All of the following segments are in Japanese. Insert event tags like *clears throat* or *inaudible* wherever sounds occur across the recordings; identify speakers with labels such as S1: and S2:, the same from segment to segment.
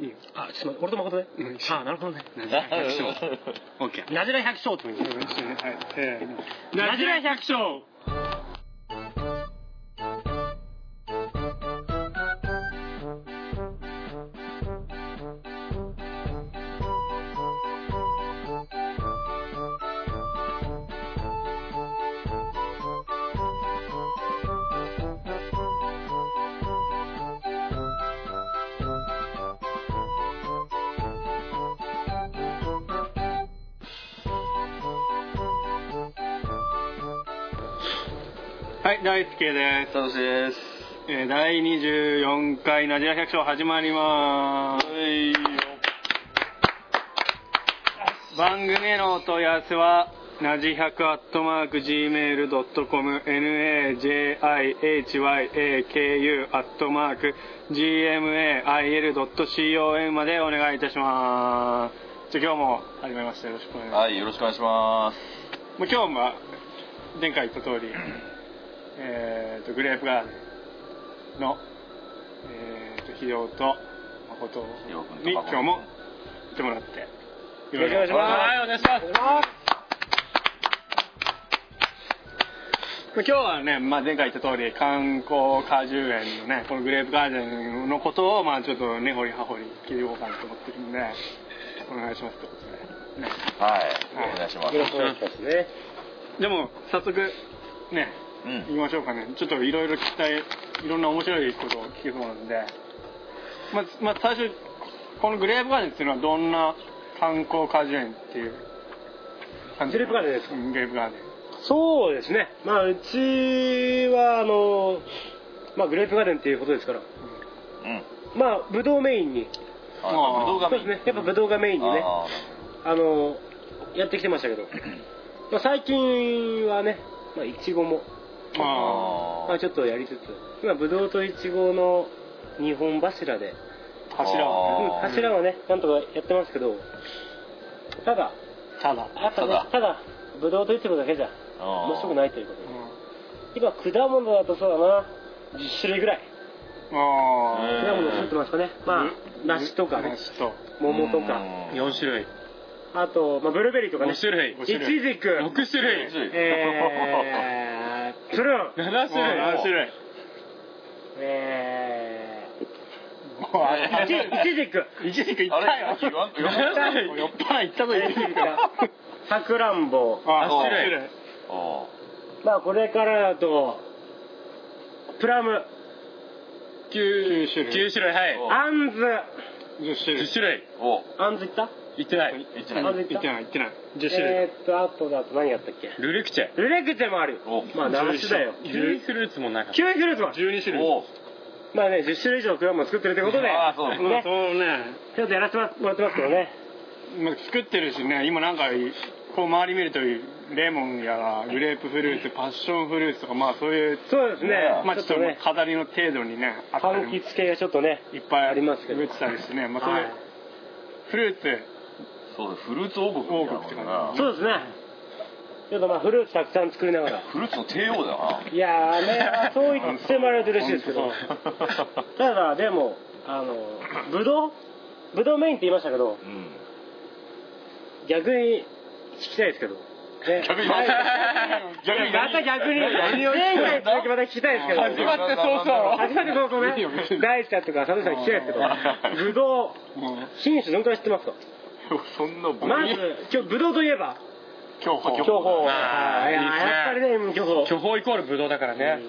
S1: うんあちょっと待って俺と誠ね、
S2: うん
S1: ああなるほどね
S2: なじら百姓 OK
S1: *laughs* なじら百姓ってもいいんですよ
S2: はいえー
S1: なじら百姓
S2: はい大輔です
S3: 楽しいです
S2: えー第24回なじら百姓始まります
S3: はい
S2: 番組へのお問い合わせはなじ100アットマーク Gmail.com najihyaku アットマーク gmail.com までお願いいたしますじゃあ今日も始めましたよろしくお願いしま
S3: はいよろしくお願いします
S2: す、もう今日も前回言った通
S1: *clears throat*
S2: りえーとグレープガーデンのえーと秀夫と誠
S3: 秀夫君と
S2: に今
S3: 誠
S2: 日も来てもらって
S1: よろしくお願いします
S2: はいお願いします今日はね、まあ、前回言った通り観光果樹園のねこのグレープガーデンのことをまあちょっと根掘り葉掘り切りようかなと思ってるんでお願いしますってことで、ね、
S3: はいお願いします
S1: よろしくお願いしますね
S2: でも早速ね
S3: うん
S2: 行きましょうかねちょっといろいろ聞きたいいろんな面白いことを聞けそうなんでまず、まあ、最初このグレープガーデンっていうのはどんな観光果樹園っていう感じ
S1: グレープガーデンですか
S2: うんグレープガーデン
S1: *laughs* そうですねまあうちはあのまあグレープガーデンっていうことですから
S3: うん
S1: まあブドウメインに
S3: あぶどうが
S1: そう
S3: メイ
S1: です
S3: ン
S1: ねやっぱブドウがメインにね
S3: あ
S1: あのやってきてましたけど、まあ、最近はね、まあ、いちごも、
S3: ー
S2: あ
S1: まあ、ちょっとやりつつ今ぶどうといちごの2本柱で、
S2: あ柱
S3: あ
S2: を
S3: ー
S1: うん柱はねなんとかやってますけどただ
S2: ただ
S1: あ
S3: た
S1: とね
S3: だ
S1: ただぶどうといちごだけじゃ
S3: あー
S1: 面白くないということで
S2: う
S1: 今果物だとそうだな10種類ぐらい
S2: んあ
S3: へ
S1: 果物作ってますかね
S2: ー
S1: まあ
S2: うん
S1: 梨とかね
S2: 梨と
S1: 桃とか
S3: うん
S2: 4種類
S1: あと、まあ、ブルーベリーとかね
S2: 5種類
S1: いちじく
S2: 6種類
S3: 種類 *laughs*
S1: え
S2: *laughs*
S1: ー、プルーン
S2: 7
S3: 種類
S2: 7種類
S1: え
S2: もうあ
S1: ー、いちいちじく
S2: いちじくいっ
S3: あ
S2: たよ
S3: れ言わん言わんかった
S2: もう酔っ払い行ったぞいちじく
S1: さくらんぼ
S2: あ
S3: 八
S2: 8
S3: 種
S2: 種
S3: 類
S2: 類
S3: あ
S1: まあこれからだとプラム
S2: 9種類
S4: 9種類はい
S3: お
S1: あんず
S2: 10種類
S4: 10種類
S3: ーお
S1: あんずいった
S4: いってない
S3: いってない
S1: あんずい
S2: い
S1: っ
S2: って
S1: た
S2: ないいってない10種類
S1: えー、っとあとだと何やったっけ
S4: ルルクチェ
S1: ルレクチェもあるよ
S3: お
S1: まあ7種だよ
S4: キウイフルーツもなかっ
S1: キウイフルーツは
S2: 12種類
S3: お
S1: まあね10種類以上果物作ってるってことで
S3: ああそう
S2: まあ
S1: ね
S2: そうね
S1: ちょっとやらせてもらってますけどね
S2: まあ作ってるしね今なんかこう周り見るとレモンやらグレープフルーツパッションフルーツとかまあそういう
S1: そうですね
S2: まあ
S1: ち
S2: ち
S1: ょ
S2: ょっと
S1: っとね
S2: 飾りの程度にねあった
S1: 柑
S2: りも
S1: 橘系がちょっとね
S2: いっぱい
S1: ありますけど
S2: 植えてたりしてねまあそう
S1: はい
S2: いうフルーツ
S3: そうだフルーツ王国みたいなもんだな
S2: 王
S1: そうですねちょっとまあフルーツたくさん作りながら
S3: フルーツの帝王だ
S1: *laughs*
S3: ない
S1: やーね、そう言ってもらえると嬉しいですけど、ただ、でも、あの、ぶどうぶどうメインって言いましたけど、
S3: うん
S1: 逆に聞きたいですけど。ね
S3: 逆にま
S1: 逆にまた逆に、
S3: 何を
S1: 前回続きまた聞きたいですけど、
S2: 始まって早々
S1: 初めてそうそう
S2: いいよ別
S1: ね、
S2: に
S1: 大ちゃんとか佐藤さんに聞きたいですけ *laughs* ど、ぶど
S2: う
S1: う、
S2: ん
S1: 品種どのくらい知ってますか
S3: そんなボ
S1: まず、今日、ぶどうといえば、
S2: 競歩
S1: 巨峰。
S4: あー
S1: あいや
S4: いいですね
S1: やっぱりね、うん巨峰
S4: た。巨峰イコールブドウだからね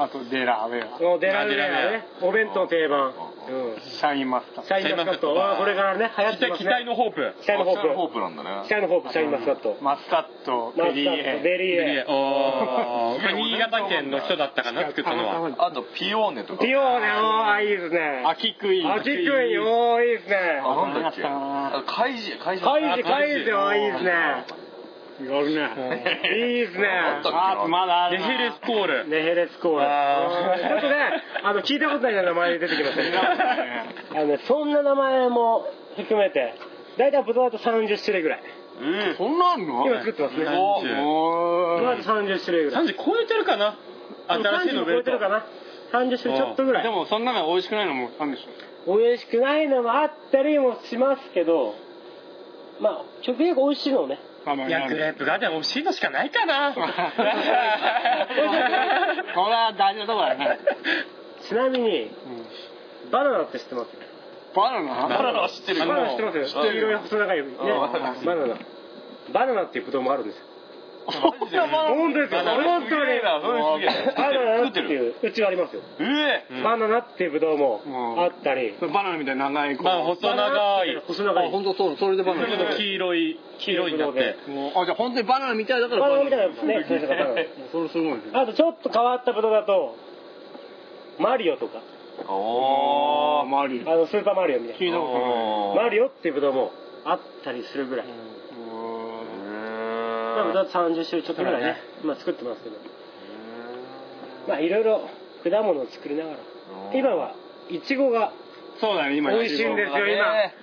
S2: あとデラウェア
S1: このデラウェアね、お弁当の定番。
S3: う
S1: うん
S2: シャインマスター
S1: シャインマスカットはこれからね流行ってます
S4: 期
S1: ね
S4: 待のホープ
S1: 期待のホー
S3: ホー
S1: プ
S3: プなんだね
S1: 期待のホープシャインマスカットマ
S2: マスカット
S1: スカ
S2: ベリー
S1: ット
S2: エ
S1: ベリーエ
S4: おーこれ新潟県の人だったかな作ったのは
S3: あとピオーネとか
S1: ピオーネおーいいですね
S2: ー秋食い
S1: 秋食いおーいいですね
S3: あ、なんだっけ。
S2: あ
S3: あ、カイジ、カイジ。
S1: カイジ
S4: あ
S1: カイジおーいいですね
S2: やるね
S1: いいですね
S3: あった
S2: あとまだあ
S4: レ
S2: るな
S4: ヘレスコール
S1: ネヘレスコール
S4: あ
S1: ちょっとねあの聞いたことないような名前出てきました *laughs* ねあのねそんな名前も含めて大体ブドウだと30種類ぐらい
S4: うん
S2: そんなんあんの
S1: 今作ってますね
S4: 30
S1: ブ
S2: お
S1: ドウだと30種類ぐらい
S4: 30超えてるかな新しい
S1: 30
S4: の
S1: も超えてるかな30種ちょっとぐらい
S2: でもその中で美味しくないのもあるんでしょ
S1: 美味しくないのもあったりもしますけどまあ直訳美味しいのをね
S2: あま
S4: いや、グレープガーデン美味しいのしかないかな。
S2: これは大事なとこだね、
S1: ちなみに
S2: うん、
S1: バナナって知ってます
S2: バナナ
S3: バナナは知ってる
S1: バ
S3: よ
S1: ナナ知ってますよ黄色い細長いね
S3: あー
S1: バナナバナナっていうブドウもあるんですよ
S3: マジで
S1: 本当ですよ
S3: バナナ
S1: 本当
S3: すげえなそれすげえ
S1: バナナっ
S3: 作
S1: て
S3: って
S1: いううちはありますよ
S3: ええ
S4: うん
S1: バナナっていうブドウも
S2: うん
S1: あったり
S2: バナナみたいな長い子
S4: まあ、細長い。
S1: 細長い
S5: 本当そうそれでバ
S4: そ
S5: ナ
S4: れこ
S5: ナ
S4: そ黄色い、黄色いになっ
S1: 黄色い
S4: て。
S2: もうあじゃあ本当にバナナみたいだから
S1: バナナみたいなね形がバナナ
S5: それすごいね
S1: あとちょっと変わったブドウだとマリオとか
S3: お
S2: あ
S3: ー
S2: もあるよ
S1: あのスーパーマリオみたい
S2: 聞いたことない
S1: なマリオっていうブドウもあったりするぐらい、
S2: うん
S1: まあ、ブドウ30種類ちょっとぐらいね今作ってますけどまあいろいろ果物を作りながら今はイチゴが
S2: そうだね今
S1: 美味しいんですよ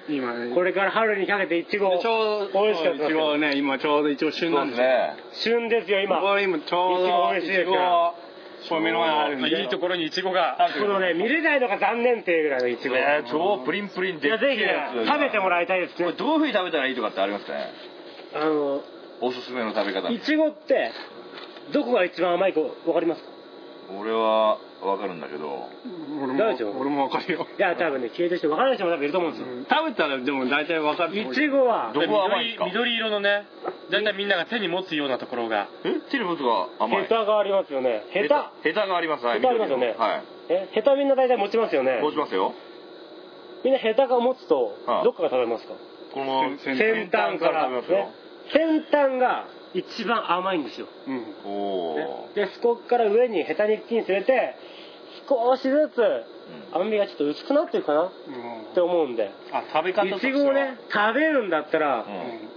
S2: 今今ね
S1: これから春にかけてイチゴ
S2: ちょうど
S1: 美味しかったです
S2: いち
S1: よ
S2: ごね今ちょうど一応旬
S3: そ
S2: な
S3: うんで
S2: ですすよ
S3: ね
S1: 旬ですよ今
S2: これ今ちょうど
S1: いちご美味しいです
S2: いちご
S1: よ
S2: これ目の前にあるんで
S4: いいところにイチゴが。
S1: このね見れないのが残念っていうぐらいのイチゴい
S3: ね
S1: やぜ
S3: 超プリンプリンでっけえ
S1: ひ
S3: やつ
S1: ね食べてもらいたいです
S3: これ
S1: ね
S3: どういうふうに食べたらいいとかってありますかね
S1: あの
S3: おすすめの食べ方
S1: イチゴってどこが一番甘いか分かりますか
S3: 俺はわかるんだけど
S2: 俺も
S1: 大丈夫
S2: 俺もわかるよ
S1: いや多分ね消えてる人分からない人も多分いると思うんですよ、
S2: 食べたらでも大体わかる
S1: イチゴは
S3: どこ甘いんす
S4: 緑
S3: か
S4: 緑色のね、だいたいみんなが手に持つようなところが。
S3: えテレポートが甘い
S1: ヘタがありますよねヘタ
S3: ヘタがありますはい
S1: ヘタありますよね
S3: 緑のはい
S1: えヘタみんな大体持ちますよね
S3: こうしますよ
S1: みんなヘタが持つと
S3: ああ
S1: どっから食べますか
S3: この
S2: 先
S1: 先端か
S3: 先端か
S1: ら
S3: ら食べますよ
S1: ね先端が一番甘いんですよ
S2: うん
S3: おお
S1: でそこから上にヘタに行くにつれて少しずつ甘みがちょっと薄くなってるかなって思うんで
S2: あ食べ方
S1: いちごをね食べるんだったら、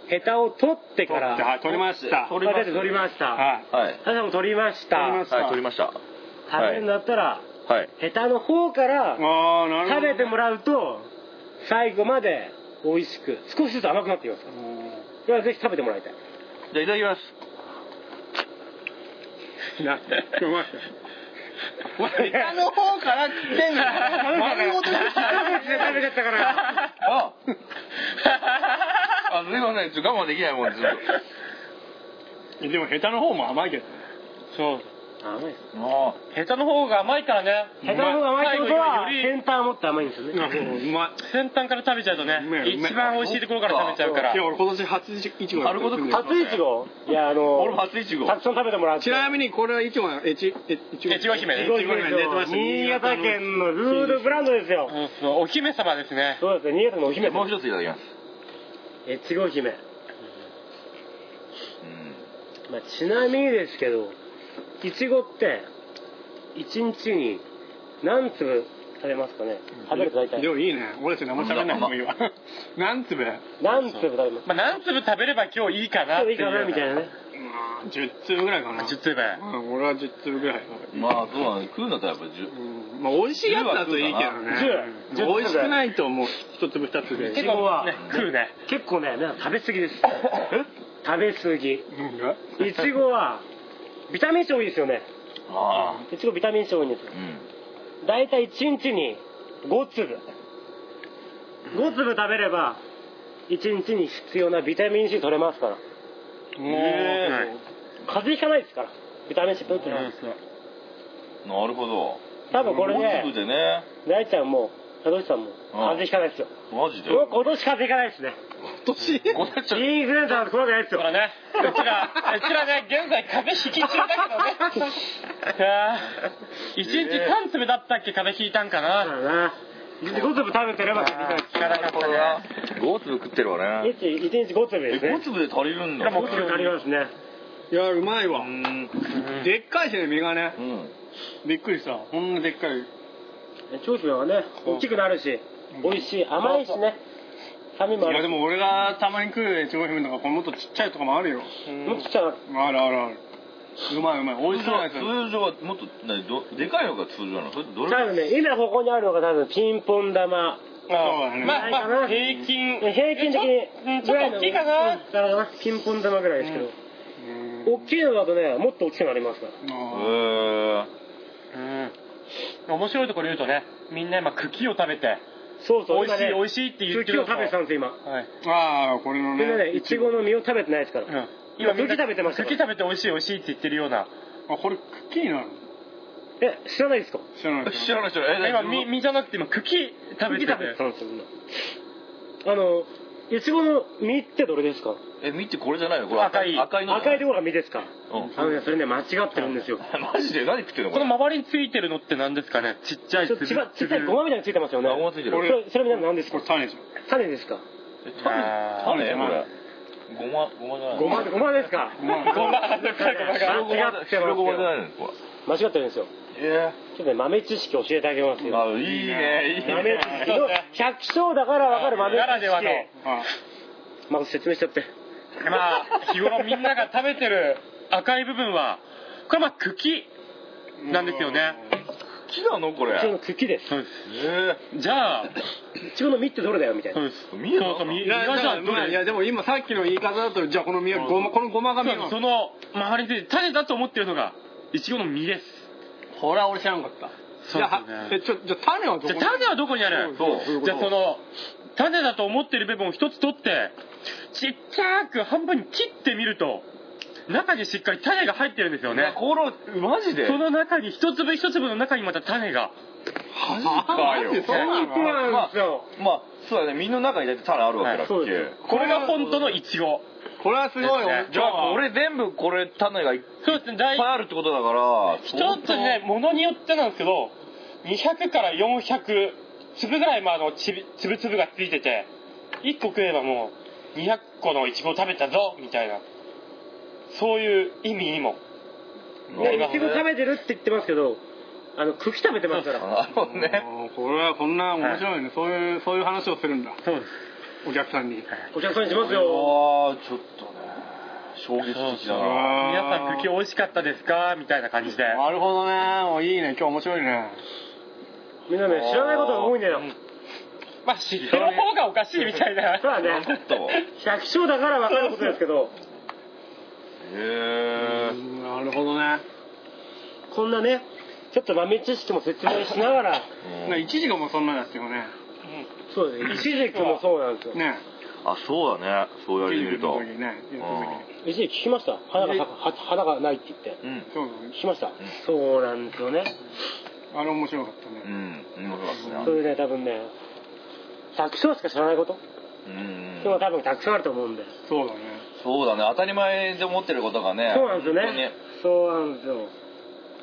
S1: ヘタを取って
S2: 取っ
S1: か
S2: て
S1: ら
S2: はい取りました
S1: 取りました取りました
S2: はい
S3: はい
S1: タさんも取りました
S2: 取りました
S3: はい取りましたは
S1: 食べるんだった
S3: い
S1: ら、ヘタの方から
S2: ああなるほど
S1: 食べてもらうと最後まで美味しく少しずつ甘くなっていきますからこれはぜひ食べてもらいたい
S3: じゃあいただきます
S2: なうまい
S3: ヘタの方から食ってんの丸ごと
S1: 食べちゃったから
S3: ああすいませんちょっと我慢できないもんずっ
S2: *laughs* でもヘタの方も甘いけど
S4: そう。
S1: 甘いです
S3: とあ
S4: ヘタの方が甘いからね。
S1: ヘタの方が甘いってことは
S4: 最後より
S1: 先端を持って甘いんですよね
S2: うま
S4: 先端から食べちゃうとね
S2: うめえうめえ
S4: 一番美味しいところから食べちゃうから
S2: いいや俺今年初いちご
S3: 丸ごと食っ
S1: 初いちごいやあの
S3: 俺も初いちご
S1: たくさん食べてもらって
S2: ちなみにこれはいちごえちえいちご
S4: 越後姫ね
S2: 越後姫出てます
S1: 新潟県のフードブランドですよ
S4: そうそうお姫様ですね
S1: そうですね新潟のお姫
S3: も
S1: 様
S3: う一ついただきます
S1: えちご姫、
S3: うん
S1: まあ、ちなみにですけどいちごって1日に何粒食べますかね食べると大体
S2: でもいいね俺たち何も喋んないのもいいわ何粒ま
S1: 何粒食べます
S4: まあ何粒食べれば今日いいかなって
S1: い
S4: い
S1: いうかなみたいなね
S2: あ10粒ぐらいかな
S4: 10粒
S2: うん俺は10粒ぐらい
S3: まあそうなんだ食うんだったらやっぱじゅ
S2: うんまあ美味しいやつだといいけどね
S1: 10 10
S2: 美味しくないともう1粒2粒
S1: いち
S2: で
S1: ごは
S4: ね食うね
S1: 結構ね皆さん食べ過ぎです食べ過ぎ
S2: う
S1: いちごはビタミン質多いですよね
S3: あ
S1: いちごビタミン質多いんですよ
S3: あうん
S1: 大体1日に5粒5粒食べれば1日に必要なビタミン C 取れますから
S2: んもう
S1: 風邪ひかないですからビタミン C 取ってない
S3: なるほど
S1: 多分これ
S3: 大粒で
S1: ね
S3: ね
S1: 大ちゃんも佐藤さんも風邪ひかないですよ
S3: マジで
S1: もう今年風邪ひかないですね
S2: 年
S3: これちょっ
S1: インフルエンザは怖くないですよ
S4: ほらねうちらうちらね現在風邪ひき中だけどねいやー一日3粒だったっけ風邪ひいたんか
S1: だか
S4: な
S1: らな5粒食べてれば
S4: あ
S1: 風邪ひかないです
S4: ー聞かなかったね
S3: と5粒食ってるわね
S1: 一日一日5粒
S3: え
S1: ですね
S3: 5粒で足りるんだ
S4: でも
S1: 5粒になりますね
S2: いやうまいうわ
S3: ん
S2: でっかいしね身がね
S3: うん
S2: びっくりしたこんなでっかい
S1: 長寿はね大きくなるし美味しい甘いしね酸味も
S2: い
S1: あ
S2: や
S1: る
S2: で
S1: し
S2: も俺がたまに食う越後姫とかこれもっとちっちゃいとかもあるよ
S1: もっとちっちゃな
S2: あるあるあるうまいうまい美味
S3: 通
S2: し
S3: 常
S2: そうな
S3: は
S2: やつ
S3: 通常はもっとねどでかいのが通常なのそれどれ
S1: 多分ね今ここにあるのが多分ピンポン玉
S2: そうだね
S4: まあまあ平均
S1: 平均的
S4: うん
S1: に
S4: ち
S1: ぐ
S4: ょ
S1: らい
S4: っと
S1: の
S4: 大きいかな
S1: うんだからピンポン玉ぐらいですけど、大きいのだとねもっと大きくなりますから
S2: うん
S3: へえ
S4: うん面白いところ言うとね、みんな今茎を食べて、
S1: そうそう、
S4: 美味しい
S1: 今ね
S4: 美味しいって言ってる
S1: 茎を食べてたんですよ、今。
S4: はい。
S2: ああこれの
S1: みんなね、
S2: ね
S1: いちごの実を食べてないですから。
S4: うん
S1: 今みんな茎食べてましたから
S4: 茎食べて美味しい美味しいって言ってるような。
S2: あこれクッキーなの
S1: え、知らないですか
S2: 知らないです
S3: 知らない人え
S4: 今、
S3: 今
S4: み、
S3: み
S4: 実じゃなくて今茎食べて
S1: 茎
S4: て
S1: 食べてたんですよ、みんな。あの、いちごの実ってどれですか
S3: え見てこれじゃないのこれ
S4: 赤い
S3: 赤いの
S1: 赤いと
S3: で
S1: ころが実ですか
S3: うん
S1: あのね、それね、間違ってるんですよ。
S3: マジで何食ってんの
S4: こ
S3: こ
S4: の
S3: れ
S4: 周りについてるのって何ですかねちっちゃい
S1: ちょっとちば小さいごまみたいについてますよね。
S3: あごまついてる
S1: それ、それみんな何です
S2: こ
S1: か
S2: れ種じゃん
S1: 種ですか
S3: え種
S4: あー
S3: 種これごまごまじゃない
S1: ごま、ごまですか
S4: ごまの中
S1: 間
S4: に
S1: 違ってますよ
S3: 白ごまじゃないのこ
S1: 間違ってるんですよ。
S3: れ
S1: ちょっとね、豆知識教えてあげます
S3: え
S1: よ。
S3: あいいねいい
S1: 豆
S3: ね
S1: 知識の。百姓だからわかる豆知識。
S4: ならではの。
S2: *laughs* あ
S1: まず説明しちゃって。
S4: まあ、日頃みんなが食べてる赤い部分は、これまあ茎なんですよね。
S3: 木なのこれ
S1: いちご
S3: え
S1: の茎です。
S4: そうで
S3: え
S4: す。じゃあ、
S1: いちごの実ってどれだよみたい
S4: そ
S1: な。
S4: うです。
S3: 見えな
S4: そ
S3: かった
S4: うそう、み
S2: いや
S4: 実はじゃあど
S2: いや
S4: れ
S2: でも今さっきの言い方だとじゃあこの実はごまこのごまが
S4: そう
S2: 実
S4: ですその周りについて種だと思ってるのが、いちごの実です。
S2: ほら俺知らんかった
S4: そ
S2: じ
S4: うですね
S2: ゃあえちょじゃあ種はどこ
S4: じゃ
S2: に
S4: あ種はどこにある
S3: そうそういう
S4: じゃあその、種だと思ってる部分を一つ取って、ちっちゃく半分に切ってみると、中にしっかり種が入ってるんですよね。
S3: これマジで
S4: その中に、一粒一粒の中にまた種が。
S3: マジかよ
S2: マジそうなの
S1: なんですよ。
S3: まあそうだね実の中にだって種あるわけだっけ
S1: はいそうです
S4: これが本当のイチゴ。
S2: これはすごい
S4: ですね
S2: 俺
S3: じゃあこれ全部これ種がいっ
S4: そうですね、
S3: ぱ
S4: 大
S3: いあるってことだから
S4: 一つね、ものによってなんですけど、200から400粒ぐらいまああのちび粒々がついてて、1個食えばもう200個のイチゴを食べたぞ、みたいな。そういう意味にも。
S1: でいちご食べてるって言ってますけど、あの、茎食べてますから。
S3: なるほどね
S2: うんこれはこんな面白いねそういうそういう話をするんだ
S4: そうで
S2: お客さんに
S1: お客さんにします
S3: あ
S1: よ。
S3: あちょっとね衝撃的だな
S2: 皆
S4: 皆さん茎美味しかったですかみたいな感じで。
S2: なるほどねもういいね今日面白いね
S1: みんなね、知らないことが多いんだよ。
S4: まあ知ってる方がおかしいみたいな。
S1: そうだね。
S3: ちょっと
S1: 百姓だからわかることですけど、
S3: へえ
S2: うんなるほどね
S1: こんなね、ちょっと豆知識も説明しながら、
S2: ね一時がもうそんなんですよね
S1: そうですね、一軸もそうなんですよ。
S2: ね
S3: あそうだねそう言われてみると
S2: 一時の時にね一時の時に
S1: 一軸聞きました花が咲くは花がないって言って。
S3: うん
S2: そう
S1: 聞きました、そうなんですよね。
S2: そうあれ面白かった
S3: う
S2: ね
S3: ん面白かった
S1: そ
S3: ね
S1: れね、多分ね、百姓しか知らないこと
S3: うん
S1: でも多分たくさんあると思うんで。
S2: そうだね
S3: そうだね当たり前で思ってることがね
S1: そうなんですよ
S3: 本当に
S1: ね。そうなんですよ。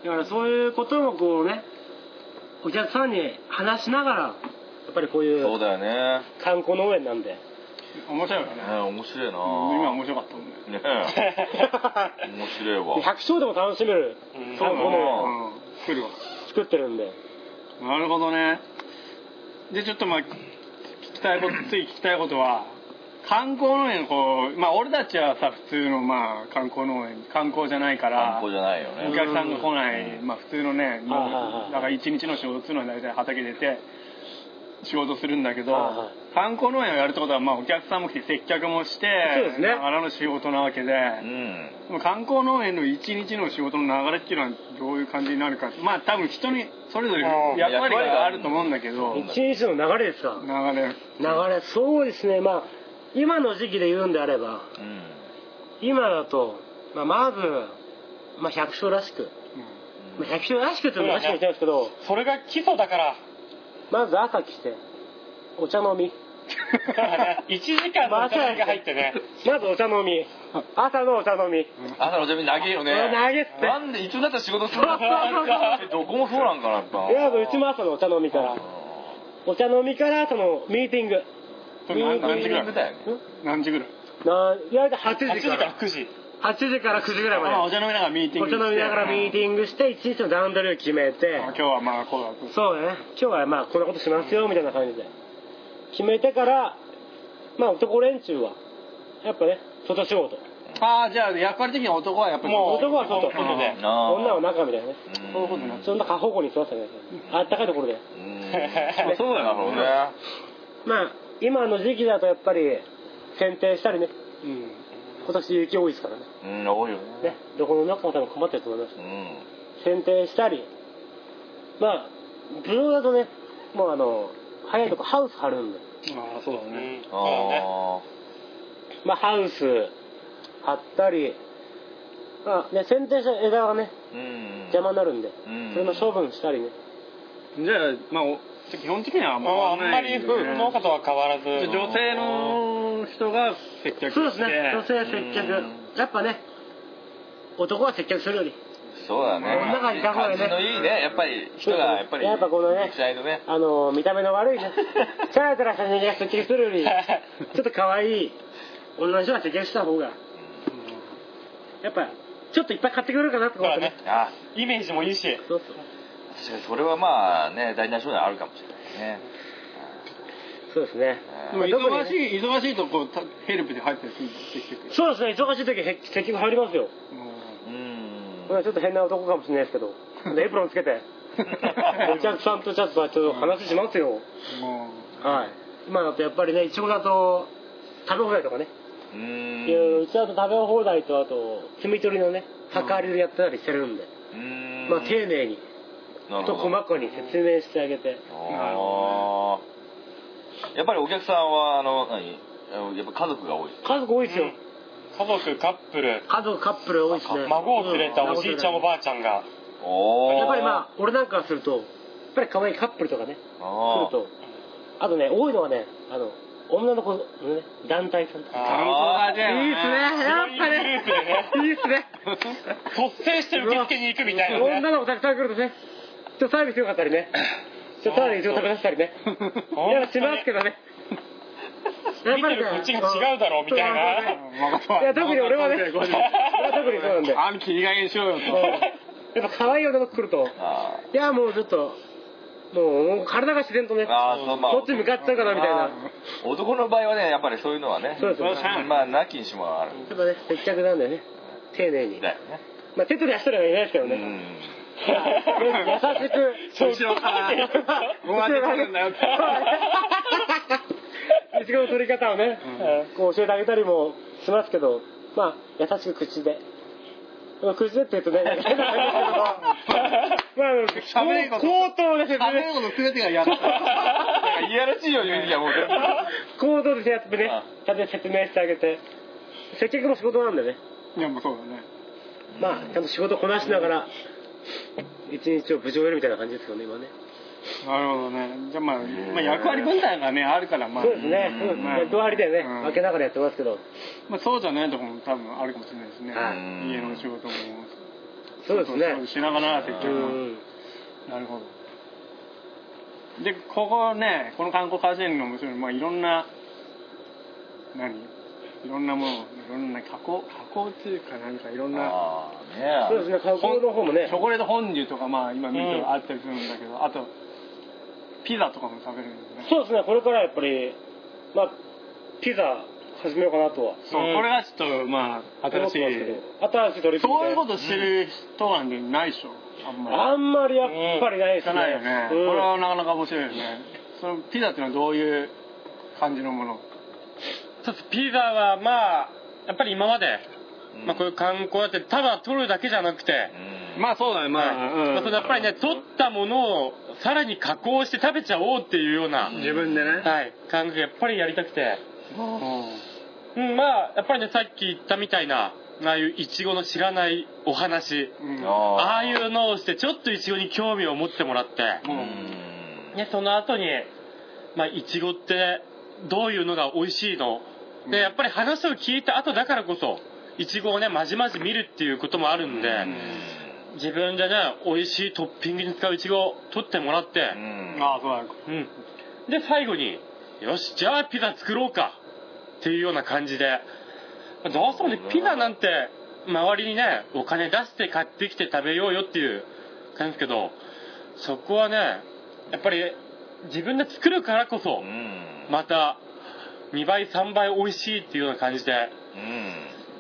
S1: だからそういうこともこうね、お客さんに話しながら、やっぱりこうい
S3: そう
S1: う
S3: だよね
S1: 観光農園な
S3: *laughs*
S1: んで。
S2: 面白いよね
S3: ね面白いな
S2: 今面白かったもんね
S3: ねえ面白いわ
S1: 百姓でも楽しめる
S4: うん
S1: 観光農園を
S2: うん来るわ
S1: 作ってるんで。
S2: なるほどねでちょっとまあ聞きたいことつい聞きたいことは観光農園こうまあ俺たちはさ普通のまあ観光農園観光じゃないから
S3: 観光じゃないよ
S2: お
S3: ね
S2: 客さんが来ない、まあ普通のね、
S1: いはいはい
S2: だから一日の仕事っていうのは大体畑出て仕事するんだけど、
S1: はいは
S2: 観光農園をやるってことはまあお客さんも来て接客もして
S1: そうですね
S2: 荒の仕事なわけで、
S3: うん
S2: でも観光農園の一日の仕事の流れっていうのはどういう感じになるかまあ多分人にそれぞれ
S4: うん
S2: 役割があると思うんだけど
S1: 一日の流れですか
S2: 流れ
S1: 流れ、そうですね。まあ、今の時期で言うんであれば、
S3: うん
S1: 今だと、まあ、まず、まあ、百姓らしく。まあ、百姓らしくっていうのもらしくも言ってないですけど、
S4: それが基礎だから。
S1: まず朝来て、お茶飲み。
S4: 1時間の時間が入ってね。
S1: *laughs* まずお茶飲み。朝のお茶飲み。
S3: 朝の準備長いよね
S1: うん長いっすね
S3: なんでいつだったら仕事する
S1: そうそう
S3: のどこもそうなんかなやっぱ
S1: いや、うちも朝のお茶飲みから。お茶飲みから、その、ミーティング。
S2: それ何何時ぐらい
S3: だよね
S2: 何時ぐらい
S1: な、いわゆる8
S4: 8
S1: 時
S4: 時
S1: か
S4: から
S1: ら。
S4: 9時。
S1: 8時から9時ぐらい
S2: まあ
S1: ま
S2: お茶飲みながらミーテ
S1: で。
S2: ィン
S1: お
S2: グ
S1: 茶飲みながら
S2: ィング
S1: ミーティングして、一日の段取りを決めて、
S2: 今日はまあこうだと
S1: そうだね。今日はまあ、こんなことしますよ、みたいな感じで。決めてから、まあ、男連中は、やっぱね、外仕事。
S2: ああじゃあ役割的には男はやっぱり
S4: もう
S1: 男は外。
S4: 外で
S1: 女は中みたいなね。
S3: うん
S2: そういうことになっちゃ
S1: そんな過保護にしてましたね。あったかいところで。
S3: うんまあそうだよなるほどね
S1: まあ、今の時期だとやっぱり、剪定したりね。
S2: ううん
S1: 今年雪多いですからね。
S3: うん多いよ
S1: ね
S3: ね。
S1: どこの中も多分困ってると思います
S3: う。ん
S1: 剪定したり、まあブドウだとねもうあの早いとこハウス張るんで
S2: ああそうだ
S4: う
S2: ね
S4: んそうだね
S3: あ
S1: まあハウス張ったりまあね剪定した枝がね
S3: ーうん
S1: 邪魔になるんで、
S3: うん
S1: それの処分したりね
S2: じゃあまあお基本的にはあん
S4: まああんまり
S2: 変わらない
S4: 農家とは変わらず
S2: じゃあ女性の人が接客して
S1: そうですね女性接
S3: うん
S1: 客やっぱね男は接客するより
S3: そうだね
S1: 真ん中にいた方がね
S3: 感じのいいねやっぱり人がやっぱり
S1: やっぱこのね
S3: 時代のね
S1: あの見た目の悪いねチャラチャラした人間が接客するよりちょっと可愛い女の人が接客した方がやっぱちょっといっぱい買ってくれるかなと
S4: そう
S1: 思っ
S4: だ
S1: て
S4: ね
S1: ね
S3: あ
S4: イメージもいいし
S1: そうそう
S3: 確かにそれはまあね大事な商談あるかもしれないね
S1: そうですね
S3: うん
S1: まあ特に
S2: 忙
S1: ね
S2: しい忙しいとこうたヘルプで入ったりするんです接客
S1: そうですね忙しい時へ接客入りますよ、
S3: う
S1: ま
S3: ん
S1: あちょっと変な男かもしれないですけどエプロンつけてお客さんとちょっとちょっと話しますよ、
S2: も
S1: はい今だとやっぱりねいちごだと食べ放題とかね、
S3: う
S1: いろいろ
S3: ん
S1: うちだと食べ放題とあと摘み取りのね量りでやってたりしてるんで、
S3: うん
S1: まあ丁寧に
S3: なる
S1: と
S3: ほ
S1: 細
S3: ど
S1: かに説明してあげて
S3: あーやっぱりお客さんはあの何あのやっぱ家族が多い
S1: 家族多いですよ、
S4: 家族カップル
S1: 家族カップル多いですね
S4: 孫を連れたおじいちゃんおば
S1: あ
S4: あちゃんが
S3: おー
S1: やっぱりまあ俺なんかするとやっぱり可愛いカップルとかね来
S3: あ
S1: るとあとね多いのはねあの女の子のね団体さんとか
S2: う
S3: あ
S1: い
S2: あじゃ
S1: いですねやっぱね
S4: すご
S1: いいですね
S4: 率先して受付に行くみたいなね
S1: 女の子たくさん来るとねちょっとサービス良かったりねちょっとサービス食べさせたりね
S4: そう
S1: やっぱしますけどね
S4: 見てるこっちが違うだろうみたいな
S1: ないや特に俺はね
S2: 特に
S1: 俺は特にそうなんでや
S2: あん切り替えにしようよと
S1: っぱ可愛い女の子来ると
S3: あ
S1: いやもうちょっともう体が自然とね
S3: ーあーそうまあ
S1: こっち向かっちゃうかなみたいな
S3: 男の場合はねやっぱりそういうのはね
S1: そうですよね
S3: まあなきにしもあらず
S1: やっぱね接客なんでね丁寧に
S3: だよね
S1: まあ手取り足取りはいないですけど
S3: う
S1: ね、 *laughs*
S3: ん
S1: 優しく
S4: そう後ろからね
S2: もう当ててるんだよって
S1: いちごの取り方をね、こう教えてあげたりもしますけどまあ優しく口ででも口でって言うとねなんか変な感じですけどまああの
S2: 喋れんこと
S1: 口頭で説
S2: 食べる
S1: 明
S2: こと全てがやる
S3: なんかいやらしいよ言うにはもう全部
S2: *laughs*
S1: 口頭でやってね
S3: あ
S1: ちゃんと説明してあげて接客も仕事なんでね
S2: いやもうそうだね
S1: まあちゃんと仕事こなしながら一日を無事終えるみたいな感じですよね今ね
S2: なるほどねじゃあまあまあ役割分担がねあるからまあ
S1: そうですね、うん
S2: まあ
S1: 役割でね、
S2: うん
S1: 分けながらやってますけど
S2: まあそうじゃないとこも多分あるかもしれないですね
S1: はい
S2: 家の仕事も
S1: そうですね
S2: しながら接客
S1: う
S2: も
S1: ん
S2: なるほどでここねこの観光会社員の面白いのはまあいろんな何いろんなものいろんな加工加工っていうかなんかいろんな
S3: あ
S1: そうです
S3: ーね
S1: ね加工の方もね
S2: チョコレートフォンデュとかまあ今見
S4: う
S2: る
S4: ん
S2: とあったりするんだけど、あとピザとかも食べれるんだよね
S1: そうですね、これからやっぱり、まあ、ピザ始めようかなとは。
S2: そう、
S4: うん
S2: これがちょっとまあ新しい
S1: 思ってますけど新しい取り組み
S2: そう
S1: で
S2: いうことしてる人なんてないでしょあんまり
S1: あんまりやっぱりないで
S2: 聞
S1: すね。
S2: かないよね、
S1: うん
S2: これはなかなか面白いよねそのピザっていうのはどういう感じのもの
S4: そうですピザはまあやっぱり今まで、まあ、こういう観光やってただ取るだけじゃなくて、
S2: まあそうだね
S4: まあ
S2: うん
S4: まあそのやっぱりね取ったものをさらに加工して食べちゃおうっていうような、
S2: 自分でね、
S4: はい、感覚やっぱりやりたくて、
S2: う
S4: うん、まあやっぱりねさっき言ったみたいなああいうイチゴの知らないお話
S2: んうん
S3: あ
S4: ああいううのをしてちょっとイチゴに興味を持ってもらって、
S3: ん
S4: ね、その後にまあイチゴってどういうのが美味しいのでやっぱり話を聞いた後だからこそイチゴをねまじまじ見るっていうこともあるんで、自分でね美味しいトッピングに使うイチゴを取ってもらって、
S3: うん
S2: ああそうだね
S4: うん、で最後によしじゃあピザ作ろうかっていうような感じでまあどうしてもねピザなんて周りにねお金出して買ってきて食べようよっていう感じですけどそこはねやっぱり自分で作るからこそ
S3: うん
S4: また2倍3倍美味しいっていうような感じで、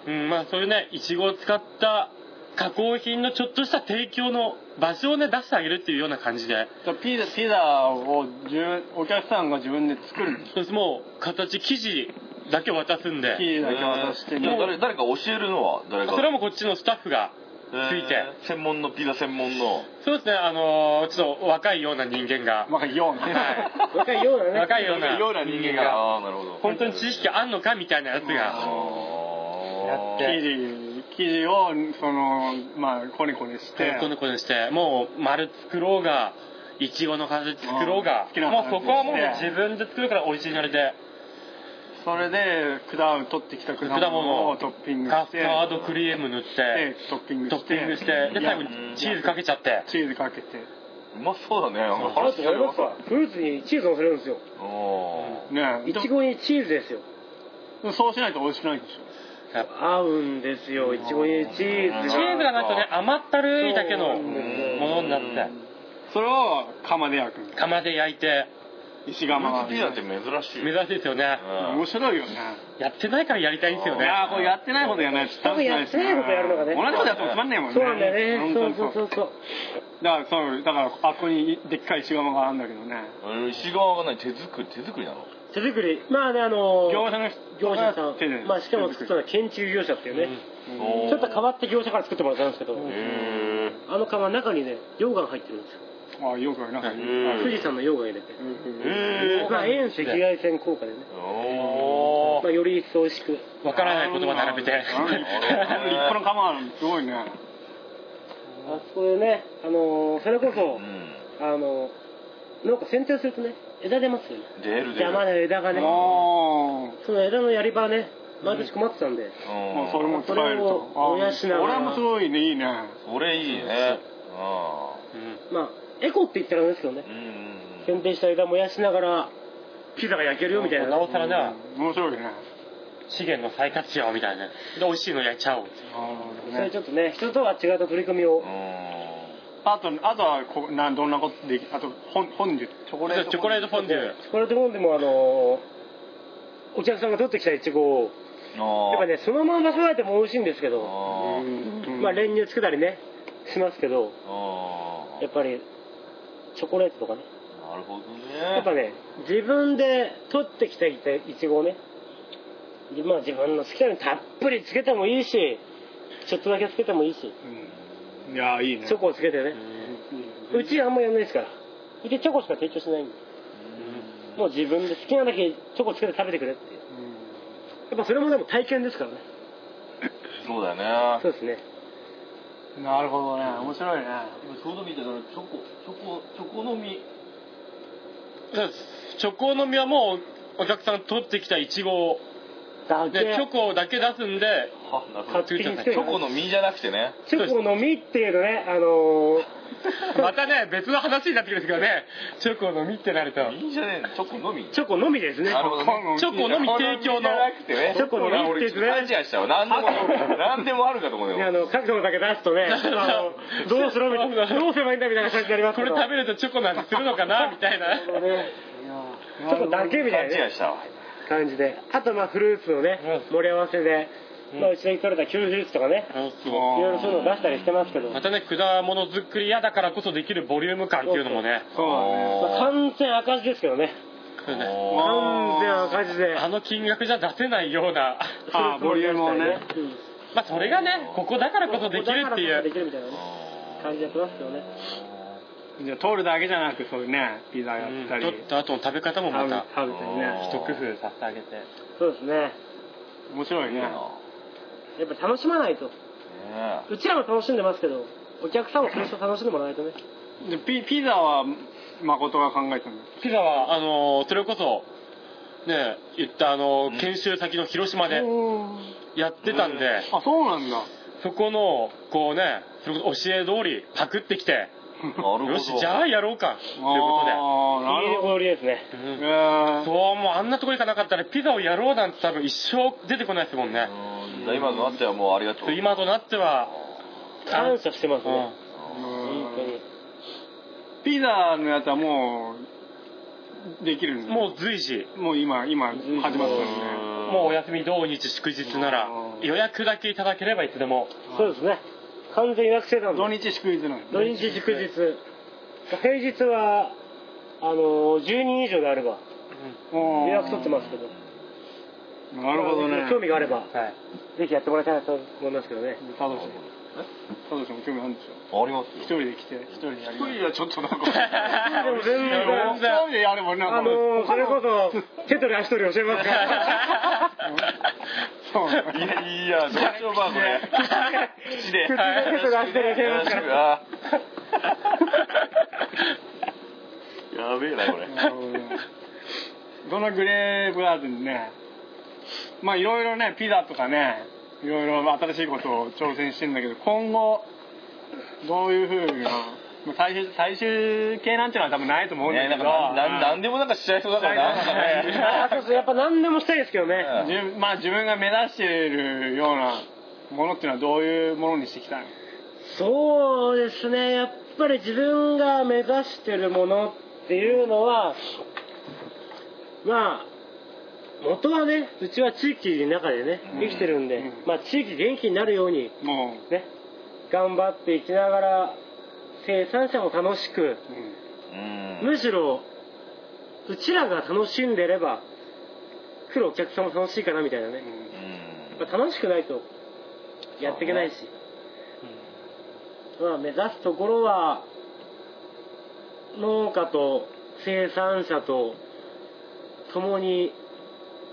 S3: うん
S4: うん、まあそういうねいちごを使った加工品のちょっとした提供の場所をね出してあげるっていうような感じで
S2: じゃあピザピザを自分お客さんが自分で作る
S4: そうですもう形生地だけ渡すんで
S2: 生地だけ渡して
S3: でも
S2: ね
S3: 誰誰か教えるのは誰が
S4: それはもうこっちのスタッフがついて
S3: えー専門のピザ専門の
S4: そうですね、あのーちょっと若いような人間が、
S2: まあ、ような。
S1: 若いようだね。
S4: *laughs* 若いような
S2: ような人間が。
S3: ああなるほど
S4: 本当に知識あんのかみたいなやつ
S3: あ
S4: が、
S3: ー
S2: 生地、生地を、その、まあ、コネコネして。
S4: この子にして、もう丸作ろうが、いちごの形作ろう
S2: うん
S4: が
S2: 好、きな
S4: もう
S2: 形
S4: そこはもう
S2: ね
S4: 自分で作るからオリジナルで、
S2: それで、果物、取ってきた果
S4: 果物
S2: 物
S4: を
S2: をトッピング
S4: カ
S2: し
S4: ス
S2: て。
S4: タードクリーム塗って
S2: で、トッピング
S4: ト
S2: し
S4: ッ
S2: て。
S4: ピングして、で、最後にチーズかけちゃって、
S2: チーズかけて。
S3: うまそうだねなんか
S1: あ
S3: 話
S1: と
S3: 聞か
S1: 俺
S3: れ
S1: も
S3: ます
S1: さ、フルーツにチーズを乗せるんですよ。
S3: お
S2: ね
S1: いちごにチーズですよ。
S2: でもそうしないと美味しくないでしょ。
S1: 合うんですよ。いちごにチーズ
S4: チーズがなんかね、甘ったるいだけの
S1: そう
S4: も
S1: ん
S4: のになって、
S2: それを釜で焼くんだ。
S4: 釜で焼いて、
S2: 石
S3: フル
S2: 窯
S3: ーツピザって珍しい
S4: 珍しいですよね。
S3: うん
S2: 面白いよね。
S4: やってないからやりたいんですよ
S2: い
S4: ね。
S2: やーこれやってないことやらないと楽しくないし
S1: 多分やってないことやるのがね
S2: 同じことやってもつまんねえもんね。
S1: そうなんだよね。そ
S2: 本
S1: う
S2: 当
S1: そう
S2: に
S1: そうそう。
S2: だから、そう、だから、あそこにでっかい石窯があるんだけどね。
S3: 俺石川が何手作り手作りなの
S1: 手作り。まあね、あのー、
S2: 業者の人
S1: 業者さ
S2: が手で
S1: ん。まあしかも作ったのは建築業者っていうね。
S3: おー
S1: ちょっと変わって業者から作ってもらったんですけど、
S3: へー
S1: あの釜の中にね、溶岩入ってるんですよ。
S2: ああ、よくあるなんかいい。
S3: うん
S1: 富士山の溶岩入れて。
S3: へ
S1: まあ遠赤外線効果でね。
S3: ーおー
S4: お
S1: まあより一層美味しく。
S4: ーわからない言葉並べて。
S2: うん立派な釜あるのすごいね。
S1: あそこでね、あのー、それこ
S3: う
S1: そ、
S3: ん
S1: あの、なんか剪定するとね、枝出ますよね。
S3: 出る出る
S1: 邪魔な枝がね、
S2: あ
S1: その枝のやり場ね、毎年困ってたんで、
S3: う
S2: あ、
S3: ん
S2: もうそれも使えると。
S1: それを燃やしながら
S2: ああ俺もすごいね、いいね。
S3: それいいねあ
S1: まあ、エコって言ったらなんですけどね
S3: ーう、ん
S1: 剪定した枝燃やしながら、ピザが焼けるよみたいな。
S4: なおさらね、
S2: 面白いね。
S4: 資源の再活用みたいな。で、美味しいの焼いちゃおう。
S2: ああ
S1: それ
S2: ね
S1: ちょっとね、人とは違った取り組みを
S3: う、ん
S2: あと、あとはこ、などんなことでき、あと、本、本で、チョコレート。
S4: チョコレートフォンデュ。
S1: これともんでもあのーお客さんが取ってきたイチゴを、
S3: あ
S1: やっぱね、そのまま食べても美味しいんですけ
S3: あ
S1: ど、
S3: ー
S2: うん
S1: まあ、練乳つけたりね、しますけど、
S3: あ
S1: やっぱり、チョコレートとかね。
S3: あなるほどね
S1: やっぱね、自分で取ってきたいちごをね、まあ自分の好きなようにたっぷりつけてもいいし、ちょっとだけつけてもいいし、
S2: うんいやー、いいね。
S1: チョコをつけてね。うちあんまやんないですから。うちチョコしか提供しないんで。もう自分で好きなだけチョコつけて食べてくれっていう。やっぱそれもでも体験ですからね。
S3: そうだよね
S1: そうですね。
S2: なるほどね。面白いね。
S3: 今ちょうど見てたらチョコチョコチョコの実
S4: そうですチョコの実はもう、お客さん取ってきたイチゴを、
S1: だけ
S4: で、チョコだけ出すんで、
S3: はなる
S1: 買
S3: ほ
S1: っ
S3: ど
S1: てきて、
S3: チョコの実じゃなくてね
S1: チョコの実っていうのね、あのー
S4: またね、別の話になってくるんですけどね、チョコの実ってなると。
S3: 実じゃねえのチョコの実
S1: チョコのみですね。
S3: なるほどね
S4: チョコのみ提供の
S1: チョコのみっ
S3: 俺ちょっ
S1: てやつ
S3: と勘違
S1: ね。
S3: いしたわ何でも何でもあるかと思う
S1: ねあ
S3: よ
S1: の、角度だけ出すとね、あの、どうするみたいな、どうすればいいんだみたいな感じになります
S4: こ
S1: け
S4: れ
S1: ど。
S4: 食べるとチョコなんてするのかなみたいな。
S1: べね。ちょっとだけみた
S3: 勘
S1: いな
S3: 違い
S1: ね
S3: したわ
S1: 感じで。あと、まあ、フルーツのね、盛り合わせで、まあ、うちで取れたキウイフルーツとかね、いろいろそういうの出したりしてますけど、ま
S4: ま
S1: あ、
S4: たね、果物作り屋だからこそできるボリューム感っていうのもね、
S2: そうだね。
S1: 完全赤字ですけどね。完全赤字で。
S4: あの金額じゃ出せないような、 *laughs*
S2: あーボリュームをね。
S1: うん
S4: まあそれがね、ここだからこそできるってい
S1: だからこそうで。きるみたいなね感じでやってますけどね。
S2: じゃあ、取るだけじゃなく、そういうね、ピザやったり
S4: 取っ。た後の食べ方もまた
S2: 食べたりね。
S4: 一工夫させてあげて
S1: そうですね。
S2: 面白いね。
S1: やっぱ楽しまないと。
S3: ね
S1: うちらも楽しんでますけど、お客さんもそれと楽しんでもらわないとね。
S2: で、ピ、ピザは、誠が考えたの。
S4: ピザはあのーそれこそね言ったあのー研修先の広島でやってたんで
S2: あ、そうなんだ。
S4: そこのこうねそれこそ教え通りパクってきて
S3: えなるほど
S4: よしじゃあやろうかというこ
S2: ああ、ないる
S1: い
S2: ほど。
S1: 氷ですね。
S4: とで、うん
S2: えー
S4: そうもうあんなとこ行かなかったらピザをやろうなんて多分一生出てこないですもんね
S3: うん今のあってはもうありがとう
S4: 今となっては
S1: 感謝してます
S4: う
S1: ね
S4: ん。
S1: 本当に。
S2: ピザのやつはもう、できるんだ
S4: もう随時
S2: もう今、今、始まったんですね。
S4: もうお休み土日祝日なら予約だけいただければいつでも
S1: そうですね。完全予約制なんで
S2: 土。日祝日なん
S1: 土
S2: で。
S1: 日祝日。平日は、あの、10人以上であれば、
S2: おー
S1: 予約取ってますけど。
S2: なるほどね。
S1: 興味があれば、
S4: はい
S1: ぜひやってもらいたいなと思いますけどね。
S2: 楽しい。サトシも興味あるんでしょ
S3: あります
S2: 一
S3: よ
S2: 人で来て一人でやり
S3: 一
S2: ます
S3: 人はちょっとなん
S2: *laughs*
S3: か
S1: でも全
S2: い
S1: 然
S2: や俺一人でやるもんな
S1: あのー、それこそ手取り足取り教えますから
S2: *laughs* *laughs* そう
S3: いやいやどうしようかこれ口で
S1: 口で手取り足取り教えますから
S3: あーやべえなこれ
S2: なるほどねそのグレーブガーデンねまあいろいろねピザとかねいろいろ新しいことを挑戦してんだけど今後どういうふうなまあ最終最終形なんてのは多分ないと思うんだ
S3: ね
S2: け
S3: なん
S2: ど、
S3: かなんなんなんでもなんかしちゃいそうだから
S2: しちゃいそうだね
S3: な
S1: あそうそうやっぱ何でもしたいですけどね
S3: うん
S2: 自分まあ自分が目指しているようなものっていうのはどういうものにしていきたいの
S1: そうですねやっぱり自分が目指してるものっていうのはまあ元はねうちは地域の中でね
S3: うん
S1: 生きてるんで、
S2: うん
S1: まあ地域元気になるように
S2: もう、
S1: ね頑張っていきながら生産者も楽しく
S3: うん
S1: むしろうちらが楽しんでれば来るお客さんも楽しいかなみたいなね、
S3: うん
S1: まあ楽しくないとやっていけないし、まあ目指すところは農家と生産者と共に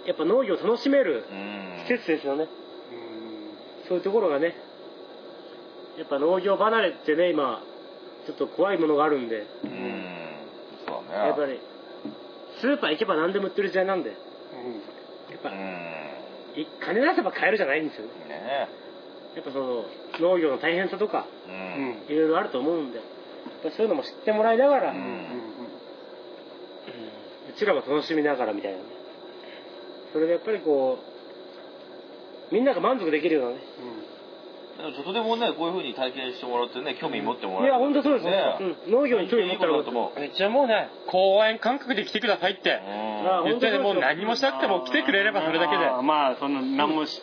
S1: やっぱ農業を楽しめる
S3: うん
S1: 施設ですよ
S2: う
S1: ね
S2: ん
S1: そういうところがねやっぱ農業離れってね今ちょっと怖いものがあるんで
S3: うんそうだね
S1: やっぱりスーパー行けば何でも売ってる時代なんでやっ
S3: う
S1: ぱ
S3: ん
S1: い金出せば買えるじゃないんですよね
S3: ね
S1: やっぱその農業の大変さとか
S3: う
S2: うんん
S1: いろいろあると思うんでやっぱそういうのも知ってもらいながら、う
S3: う
S2: うんん
S1: ちらも楽しみながらみたいなねそれでやっぱりこうみんなが満足できるようなね
S3: でもちょっとでもねこういうふうに体験してもらってね興味持っても
S1: い
S3: らえ
S1: や本当そうですねうん、農業に興味持ったら
S3: いいことだと思う
S4: 一応もうね公園感覚で来てくださいって
S1: あ
S4: 言ってねもう何もしなくても来てくれればそれだけで
S2: あーまあその何もし,、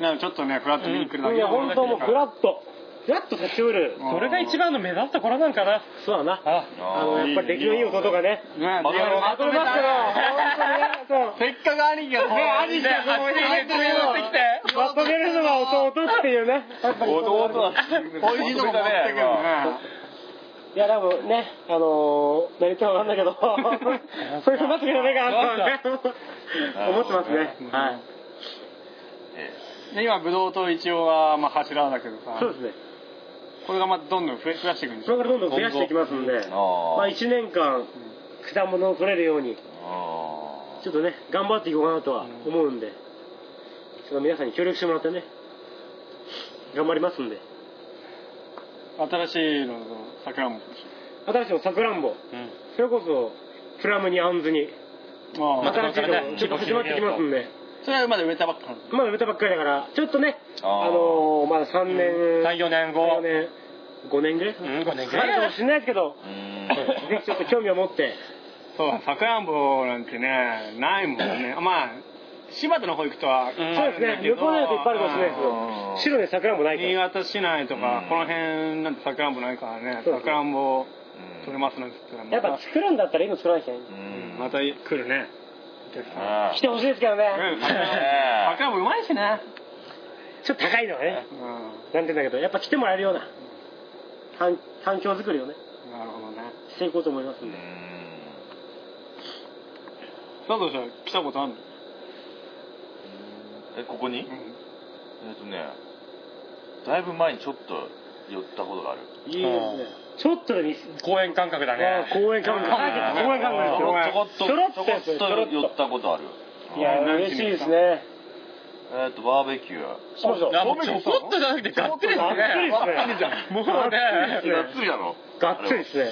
S2: ないでちょっとねフラット見に来るだけ
S1: い
S2: で
S1: や
S2: も
S1: 本当もうフラッとフラッと立ち寄る、
S2: うん
S4: それが一番の目指すところなんかな
S1: そうだな
S4: あ
S1: あのやっぱり出来のいい弟がね
S2: ね
S3: まとめた
S2: ま
S1: そ
S2: と
S1: れ
S2: め
S1: だ
S2: た
S1: けど本
S2: せっかく兄貴がね
S1: 兄貴がここに入ってくれるの当にねまとめるのは弟っていうねやっぱりこう
S3: 弟は
S2: こういう人も持ってくるね
S1: いやでもね、あのー、なりたいなんだけど、 *laughs* そういう話じゃないかな
S3: そ
S1: と
S3: う
S1: 思ってますね。はい。
S2: で今ブドウとイチゴがまあ柱だけどさ
S1: そうですね。
S2: これがまたどんどん増え増やしていくんでし
S1: それ
S2: ょ
S1: からどんどん増やしていきますんで、まあ
S3: あ
S1: 1年間、果物を取れるように、
S3: あ
S1: ちょっとね、頑張っていこうかなとは思うんで、ちょっと皆さんに協力してもらってね、頑張りますんで。
S2: 新しいのと桜も
S1: 新しいのさくらんぼ、それこそ、プラムにあんずに、
S2: ま
S4: また
S1: 新しいのちょっと始まってきますんで、
S2: それはまだ植えたばっかなんで
S1: まだ植えたばっかりだから、ちょっとね、
S3: あ
S1: あのー、まだ3年、
S4: 34年後
S1: 5年5年ぐらい
S4: うん5年ぐ
S1: あるからもしれないですけど
S3: うん
S1: ぜひちょっと興味を持って
S2: そうださくらんぼなんてねないもんねまあ柴田の方行くとは
S1: そ
S4: ん
S1: うですね向こうのやついっぱいあるかもしれないです
S3: う
S1: よ
S3: ん
S1: 白で桜もないか
S2: 新
S1: ら
S2: 潟市内とか、
S3: うん
S2: この辺なんてさくらんぼないからね
S1: そうそう
S2: さくらんぼ
S3: うん
S2: 取れますなんて言った
S1: や
S2: ら
S1: っ
S2: ま
S1: ぱ作るんだったら今作らなきゃい
S3: う
S1: けない
S2: た
S3: ん
S2: また来るねお客さん
S3: あ
S1: 来てほしいですけどね *laughs*
S2: うんさく
S3: ね
S2: らんぼさくらんぼうまいしね、
S1: ちょっと高いのはね
S2: うん、
S1: なんて言うんだけどやっぱ来てもらえるような環環境作りをね
S2: なるほどね
S1: していこうと思います
S3: うんん
S1: で
S2: 佐藤さん来たことあるの、
S3: えここにえっとねだいぶ前にちょっと寄ったことがある
S1: いいですねちょっとで見せ
S4: 公園感覚だ
S1: あ
S4: ね
S1: あ公園感覚公園感覚です
S3: ちょ
S1: よ
S3: こちょこっと
S1: ちょろっ
S3: ち
S1: と
S3: ょこっと寄
S1: ちょろっと
S3: ったことある
S1: いや嬉しいですね
S3: えっとバーベキュー
S1: しましょう
S4: あもうちょこっとじゃなくてがっつりです
S1: がっつり
S4: ね
S1: ですね
S4: もうね
S3: がっつりだろ
S1: がっつりですね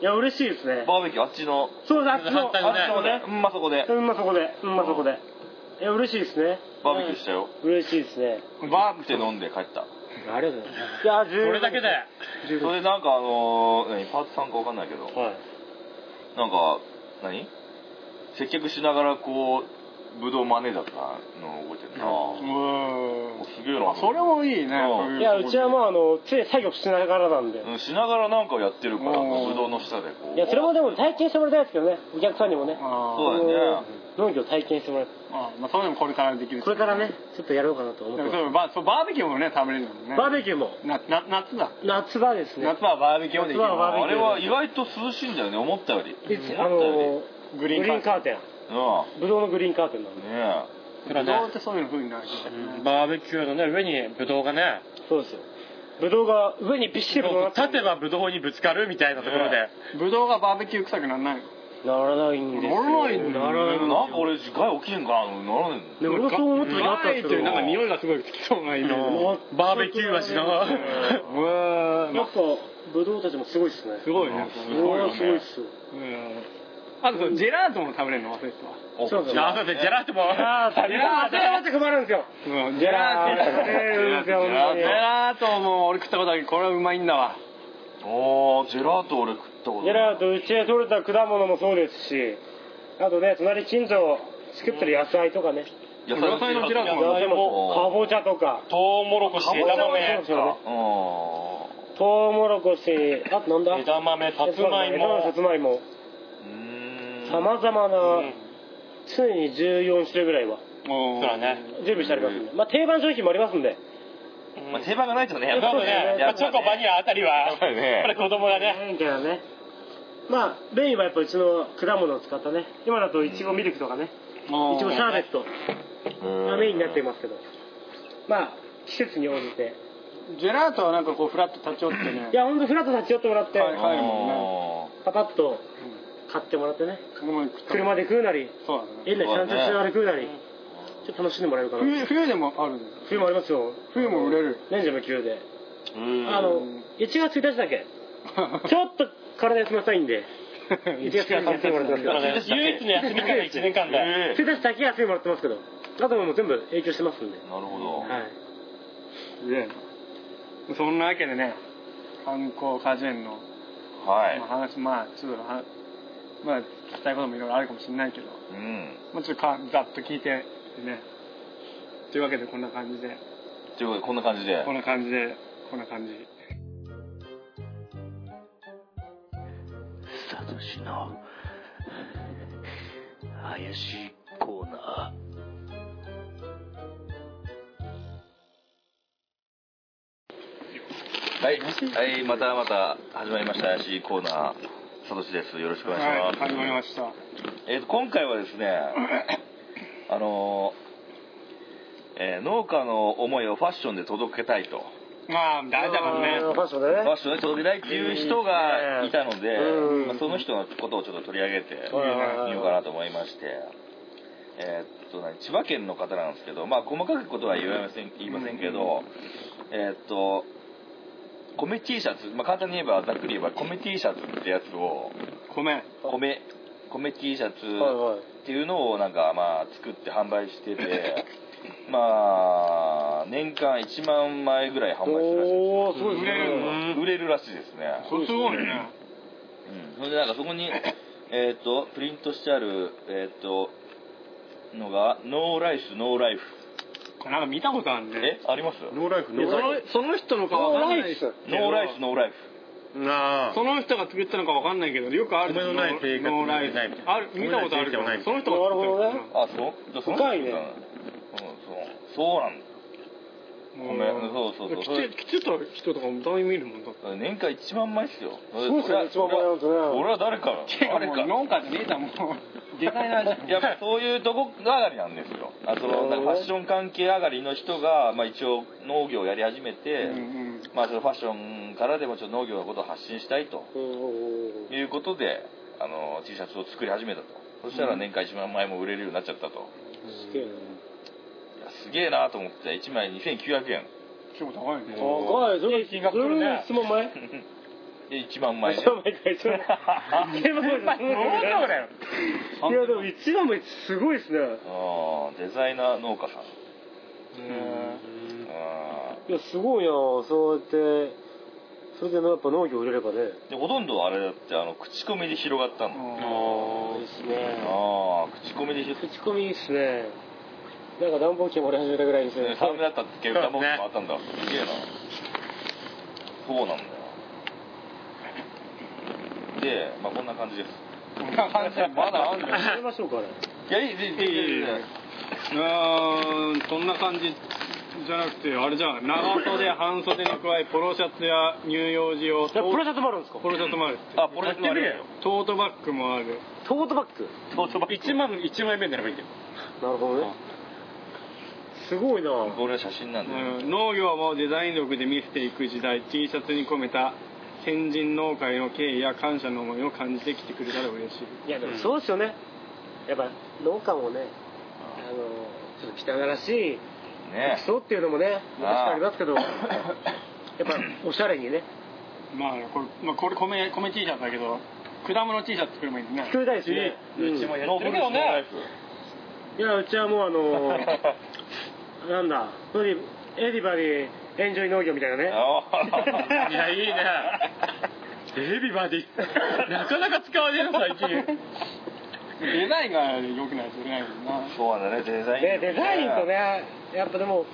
S3: う
S1: いや嬉しいですね
S3: んバーベキューあっちの
S1: そうだあっち
S4: 反
S1: の
S4: 対
S3: あ
S4: の
S3: っちのねうんまあそこで
S1: うんまそこでうんまそこでいや嬉しいですね
S3: バーベキューしたよ
S1: 嬉しいですね
S2: うん、バー
S3: 食って飲んで帰った
S1: ありがとうございますいや十
S4: そ
S1: 分
S4: れだけで
S1: 十
S3: そ
S1: 分
S3: れなんかあの何パートさんかわかんないけど
S1: はい
S3: なんか何接客しながらこうぶどうマネーだったのを覚えてる
S2: う
S3: な
S2: ーん
S3: すげえな
S2: あそれもいいね
S3: うん
S2: そういう
S1: いや、うちはもう、あの、常に作業しながらなんで。
S3: うんしながらなんかやってるから
S2: うん
S3: ぶどうの下でこう
S1: いや、それもでも体験してもらいたいですけどね。お客さんにもね。
S2: あ
S3: そうだ
S1: こ
S3: よね
S1: う農業体験してもらう。
S2: ーあーまあそういうのもこれからできる
S1: これからね、ちょっとやろうかなと思っ
S2: で
S1: て
S2: も
S1: ま
S2: そうバーそうバーベキューもね食べれるもんね
S1: す。バーベキューも。
S2: なな夏だ
S1: 夏場ですね
S2: 夏。はバーベキューもできる
S1: 夏はバーベキュー
S3: あれは意外と涼しいんだよね思ったより
S1: い
S3: 思っ
S1: つ
S3: た
S1: あ
S3: よ
S1: の、
S2: グ
S1: グ
S2: リ
S1: リ
S2: ーンカーテン
S1: ーンカーテン。
S3: りう
S1: ブドウのグリーンカーテンなん
S3: ん
S1: で。
S3: ねえ
S4: それは
S2: どう
S4: ね
S2: ってそういう風になるけど
S4: うんバーベキューのね上にブドウがね
S1: そうですよ。ブドウが上にびっしりぶどうが
S4: 立てばブドウにぶつかるみたいなところで
S2: ブドウがバーベキュー臭くならないの
S1: ならないんですよ。
S2: ならないんだ
S1: ならないんですよ
S3: なんか俺害起きねんかなならねえんだ
S1: でも俺もそう思った時あったんですけど。
S2: なんか
S1: や
S2: 匂いがすごいつきそうなイメージ
S1: うん
S4: バーベキュー味の
S2: うわー
S1: っぱ、ブドウたちもすごいっすね。
S2: すごいね
S3: す
S1: ブド
S3: ご
S1: ウ
S3: いよ
S1: は
S3: ね
S1: すごいっすよ。
S2: うんあとそのジェラートも食べれるの忘れてたわ
S3: お
S1: そうそう
S3: 違
S4: あそうですジェラートも
S1: ああ、それはまた困るんですよ。
S2: うん
S1: ジェラート食べれるんですよ、
S2: ジェラ
S1: 本
S2: ートジェラートも俺食ったことあるけどこれはうまいんだわ
S3: おージェラート俺食ったことな
S1: 当
S3: い
S1: に。ジェラート、うちで採れた果物もそうですし、あとね、隣近所作ってる野菜とかね、
S3: 野菜
S2: 野菜のジェラート
S1: 野
S2: も
S1: 菜も、かぼちゃとか、
S4: トウモロコシ枝豆
S1: そうそう
S3: う
S1: トウモロコシ、あとなんだ
S4: 枝豆さつまい
S1: さ
S4: も
S1: つまいも。
S3: んうーん
S1: さまざまな、
S4: うん
S1: 常に14種類ぐらいは
S2: そ
S4: そうだね
S1: 準備してありますんで、まあ定番商品もありますんで、
S4: うん
S3: まあ定番がないとね
S4: そ
S3: や
S4: う
S3: っぱ
S4: だ
S3: り
S4: ねまあチョコバニラあたりはやっぱ
S3: ぱりね
S4: り子供がね
S1: ええけどねまあメインはやっぱうちの果物を使ったね今だといちごミルクとかねいちごシャーベットがメインになっていますけどまあ季節に応じて
S2: ジェラートはなんかこうフラッと立ち寄ってね
S1: いやほんとフラット立ち寄ってもらって
S2: はい
S3: うん
S2: 帰るも
S1: パパッと買ってもらってね
S2: 車で食った
S1: 車で食うなり
S2: そうだね
S1: 園内散策しながら食うなり
S4: うん
S1: ちょっと楽しんでもらえるかな
S2: 冬冬でもあるんだよ
S1: 冬もありますよ
S2: 冬も売れる
S1: 年中無休で
S3: うん
S1: あの1月1日だけ
S2: *laughs*
S1: ちょっと体休ませたいんで、1月 *laughs* から休みもらってますけ
S4: そうだ
S1: ど、
S4: ね唯一の休みから1年間だよ
S3: ええ
S1: 1日だけ休みもらってますけど、あともう全部影響してますんで、
S3: な
S1: は
S3: るほど
S2: す
S1: い、
S2: げえなそんなわけでね観光果樹園の
S3: はい
S2: まあ話まあちょっとはまあ聞きたいこともいろいろあるかもしれないけど
S3: うん
S2: まあちょっとかざっと聞いてねというわけでこんな感じで
S3: ということでこんな感じで
S2: こんな感じでこんな感じ
S5: サトシの怪しいコーナ
S3: はいはいまたまた始まりました怪しいコーナーサトシですよろしくお願いし
S2: は
S3: ま
S2: い
S3: す
S2: 始まりました
S3: えーと今回はです
S2: *laughs*
S3: ねあのーえー農家の思いをファッションで届けたいと
S2: まあ誰だからね
S1: あーファッション
S3: フ
S1: で
S3: ァ
S1: ね
S3: ッ、ションで届けたいっていう人がいたので、
S1: うん
S3: まあ、その人のことをちょっと取り上げてみ
S1: はいはいはい
S3: ようかなと思いまして、えーっと何千葉県の方なんですけど、まあ、細かくことは言えません言いませんけど、えーっと米 T シャツ、まあ、簡単に言えばざっくり言えば米 T シャツってやつを
S2: 米
S3: 米米 T シャツ
S1: はいはい
S3: っていうのをなんかまあ作って販売してて
S1: *laughs*
S3: まあ年間1万枚ぐらい販売してるらしいです
S1: おー、すごい、
S2: 売れるの
S3: 売れるらしいですね、
S2: それすごいね
S3: うん、それでなんかそこにえっ、とプリントしてあるえっ、とのが「ノーライスノーライフ
S2: これなんか見たことある」ね
S3: えあります
S6: ノーライフ
S2: いやそのその人のかわかんない
S1: ノーラ
S3: ノーライスノーライフ
S6: なあ
S2: その人が作ったのかわかんないけどよくある
S6: 米のない生活
S2: ノーライフ
S6: ないみたいな
S2: ある見たことあるけど
S6: 米のない
S2: その
S6: 生
S2: 人が作った
S1: なるほ
S3: あそうじゃあその人
S1: 深いね
S3: うんそうそうなんですごめんそうそうそう
S2: きてきてた人とかもだいぶいるもんだって
S3: 年間1万枚っすよ
S1: すごいっすね一万枚なんてね
S3: 俺は誰かな誰か
S2: 農家じゃねえ *laughs* だもん
S3: でかいな。いや、まあそういうとこ上がりなんですよ。あその、なんかファッション関係上がりの人が、まあ一応農業をやり始めて、
S2: うん
S3: まあそのファッションからでもちょっと農業のことを発信したいと
S1: うん
S3: いうことで、あの、T シャツを作り始めたと。そしたら年間1万枚も売れるようになっちゃったと。
S1: すげえ
S3: いやすげえなと思って、1枚2900円。 *laughs*
S2: 結構高いね
S1: 高 *laughs* い、それ、
S4: 金額取るね
S1: それ質問前
S3: で、1万枚ね。
S1: 一番前かい、それ。でも
S4: だよ
S1: いや、でも一番前、すごいっすね。
S3: あーデザイナー農家さん。
S2: うん
S3: あ
S1: いや、すごいなそうやって、それでやっぱ農業入れればね
S3: でほとんどあれだってあの口コミで広がったの、
S1: いいですね
S3: ああ口コミで広がっ
S1: 口コミいいっすねなんか暖房機もらい始めたぐらいです
S3: た
S1: ね
S3: サムだったっけ歌ボックスもあったんだすげえなそうなんだよでまあこんな感じです
S2: こんな感じまだあんの
S1: やめましょうかね
S3: いやいいいいいいいいい
S2: ーんそんな感じじゃなくてあれじゃん長袖半袖に加えポロシャツや乳幼児用
S1: *laughs* いやプロシャツもあるんですか
S2: ポロシャツもあるって
S3: あポロシャツもあるよ
S2: トートバッグもある
S1: トートバッグ
S3: トートバッグ
S2: 1万1枚目になればいいんだよ、
S1: なるほどねすごいな
S3: これは写真なんだよ、
S2: うん、農業もデザイン力で見せていく時代 T シャツに込めた先人農家への敬意や感謝の思いを感じてきてくれたら嬉しい
S1: いやでもそうですよねやっぱ農家もねあのちょっと汚らしい
S3: ね
S1: 服装っていうのもね昔からあり *laughs* ますけどやっぱおしゃれにね
S2: まあこれ,、まあ、これ米米 T シャツだけど果物 T シャツ作ればいいんだね
S1: 作りたいですね、うん
S3: やってるけ
S4: どね
S1: いやうちはもうあの *laughs* ーなんだフリエディバリーエンジョイ農業みたいなね
S3: あ
S2: いやいいねエビバディ *laughs* なかなか使わねえの最近デザインが良くないといけないもんな
S3: そうなんだねデザイン
S1: ねデザインとねやっぱでも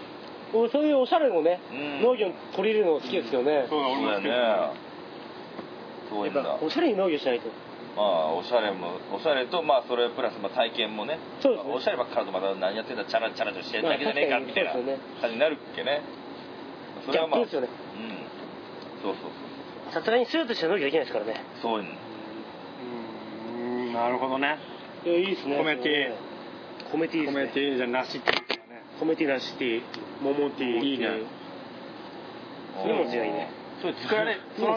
S1: おそういうおしゃれもね、
S3: うん
S1: 農業に取り入れるの好きですよね、
S2: そうだ
S3: そ
S2: 俺も好
S3: うだよ
S2: き
S3: ねそういうん
S1: やっ
S3: だ
S1: ぱおしゃれに農業しないと
S3: まあおしゃれもおしゃれとまあそれプラスまあ体験もね
S1: そうですね
S3: まあおしゃればっかりだとまた何やってんだチャラチャラとしてるだけじゃ
S1: *laughs*
S3: ねえか
S1: まあ
S3: みたいな
S1: そうですよね
S3: 感じになるっけねそれはまあ
S1: ギャップですよね
S3: うんそうそう
S1: さすがにスーツして農業できないですからね
S3: そうそういうの
S2: うーんなるほどね
S1: いやいいですね
S2: コメティ
S1: ィコメティーです
S2: 米
S1: ね
S2: T じゃなしっていうかね
S1: コメティナシティモモティ
S2: いいね
S1: それも強いね
S2: それ作られその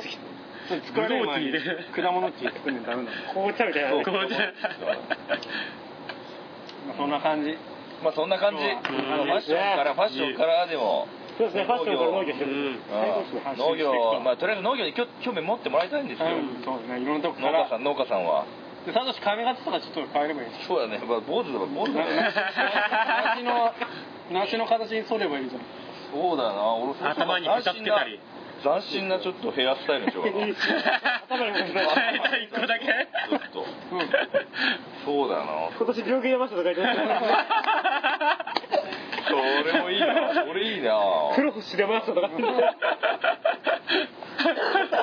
S2: それ作られる前に果物ティー作るのダメなの
S1: 紅茶みたいなね
S3: そ
S1: *laughs*
S3: う
S2: 紅茶ま *laughs* あそんな感じ
S3: まあそんな感じ
S2: うん
S3: まあファッションからファッションからでも
S1: そうですねファッションから農業してる最高ですね
S3: うん農業まあとりあえず農業に興興味持ってもらいたいんですよ
S2: うんそうねいろんなとこか
S3: 農
S2: ら
S3: 家さん農家さんは
S2: でサトシ髪型とかちょっと変えればいいし
S3: そうだねまあ坊主だ坊主だ
S2: *laughs*
S3: ね
S2: 梨の梨の形に剃ればいいじゃん
S3: そうだよな俺そう
S6: 頭に歌ってたり
S3: 斬新な斬新なちょっとヘアスタイルでしょ
S1: いいっすね頭にも
S6: 変えた一個だけ
S3: ちょっと、そうだな
S1: 今年病気出ましたとか言ってました
S3: それもいいなそれいいな
S1: 黒星出ましたとか言って *laughs* ました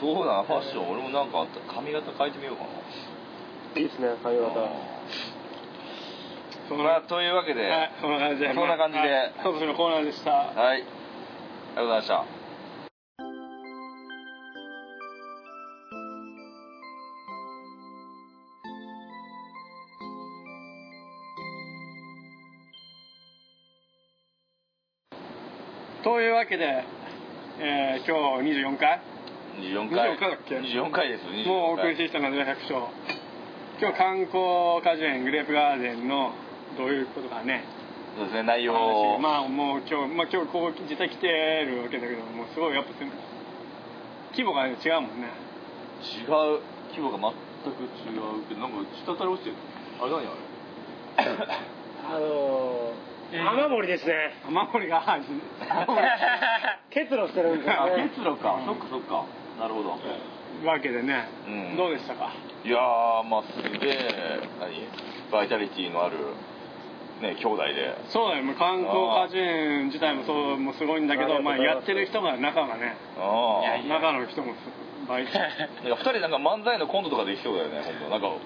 S3: そうだなファッション俺もなんかあった髪型変えてみようかない
S1: いですね髪型
S2: そん
S3: まあというわけでは
S2: はい
S3: い、
S2: そんな感じで
S3: そんな感じで
S2: はいサトシのコーナーでした
S3: ありがとうございました
S2: というわけで、えー、今日24回
S3: 24回
S2: 24回だっけ
S3: 24回です24回
S2: もうお送りしてきたので百姓今日観光果樹園グレープガーデンのどういうことかね
S3: そうですね内容を
S2: 話まあもう今日、まあ、今日ここ実際来てるわけだけどもうすごいやっぱ規模が違うもんね
S3: 違う規模が全く違うけどなんか滴り落ちてるあれ何あれ
S1: あの
S2: え
S1: ー
S2: ー
S1: 雨漏りですね
S2: 雨漏りが雨漏
S1: 結露してるんですよね
S3: 結露か、そっかそっかなるほど、
S2: りわけでね、
S3: うん
S2: どうでしたか
S3: いやーまあすげえ何バイタリティのあるね兄弟で
S2: そうだよもう観光果樹園自体もそうもうすごいんだけ
S1: ありが
S2: ど
S1: とう
S2: ま
S1: ござ
S2: あ
S1: いま
S2: や
S1: す
S2: ってる人が中がね
S3: ああ
S2: 中の人もバイト
S3: *laughs* なんか2人なんか漫才のコントとかできそうだよね本当なん
S2: *laughs*
S3: か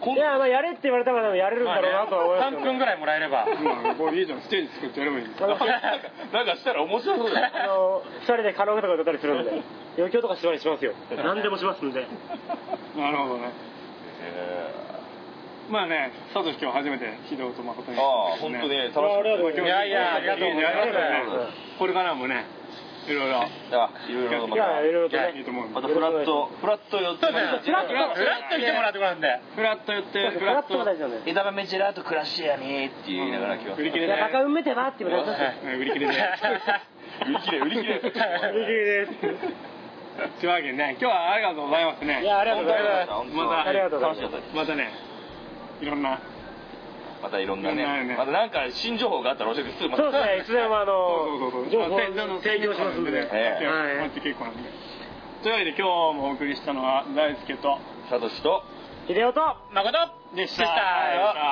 S3: コン
S1: いやまあやれって言われたから多分やれるんだろうなとは思います
S4: 3
S1: けど
S4: 分ぐらいもらえれば
S2: まあこれいいじゃんステージ作ってやればいい
S1: まあ
S3: なんかしたら面白そうだよ
S1: あの2人でカラオケとか歌ったりするんで余興とか芝居しますよ何でもしますんで
S2: なるほどね
S3: え
S2: まあね、サトシ今日初めてヒドと誠
S3: え
S2: に。
S3: ああ本当にね楽しかった
S1: ありがとうござい
S2: い
S1: ます
S2: やいや、ありがとうございます
S1: いや。
S2: これからもね、いろいろ。
S3: いろいろ
S1: い
S3: ま
S1: やいろいろと
S2: いい
S1: ね
S2: と思うんで
S3: たまたフラットフラット寄って
S1: フラット
S4: フラッと見てもらってごらんで
S2: フラット寄って、フ
S1: フ
S2: ラ
S1: ラ
S2: ッ
S1: ッ
S2: ト
S1: トも。大事なんで
S3: 枝豆ジェラートクラッシュやねーって言いながら今日
S2: 売り切
S1: い
S2: れで
S1: や。バカ運めてばって言われました
S2: うん売り切れで。 *laughs*
S3: 売り切れ売り切れ
S1: 無理です
S2: というわけでね、今日はありがとうございますね。
S1: いやありがとうございます
S2: また
S1: ありがとうござい
S3: 楽
S1: ます
S3: しかったです
S2: またね、いろんな
S3: またいろんなね
S2: いろんなね
S3: またなんか新情報があったら教えてすぐまた
S1: そうですね、いつでもあ
S2: そうそうそ
S1: の
S2: う
S1: 情報を
S2: あ
S1: 提供しますんで、
S2: 提供しま
S1: はい
S2: すんで結構なんでというわけで今日もお送りしたのは大輔と
S3: サトシと
S1: 秀夫と
S6: 誠
S2: で
S6: で
S2: し
S6: した
S2: た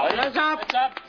S1: ありがとうございました
S6: でした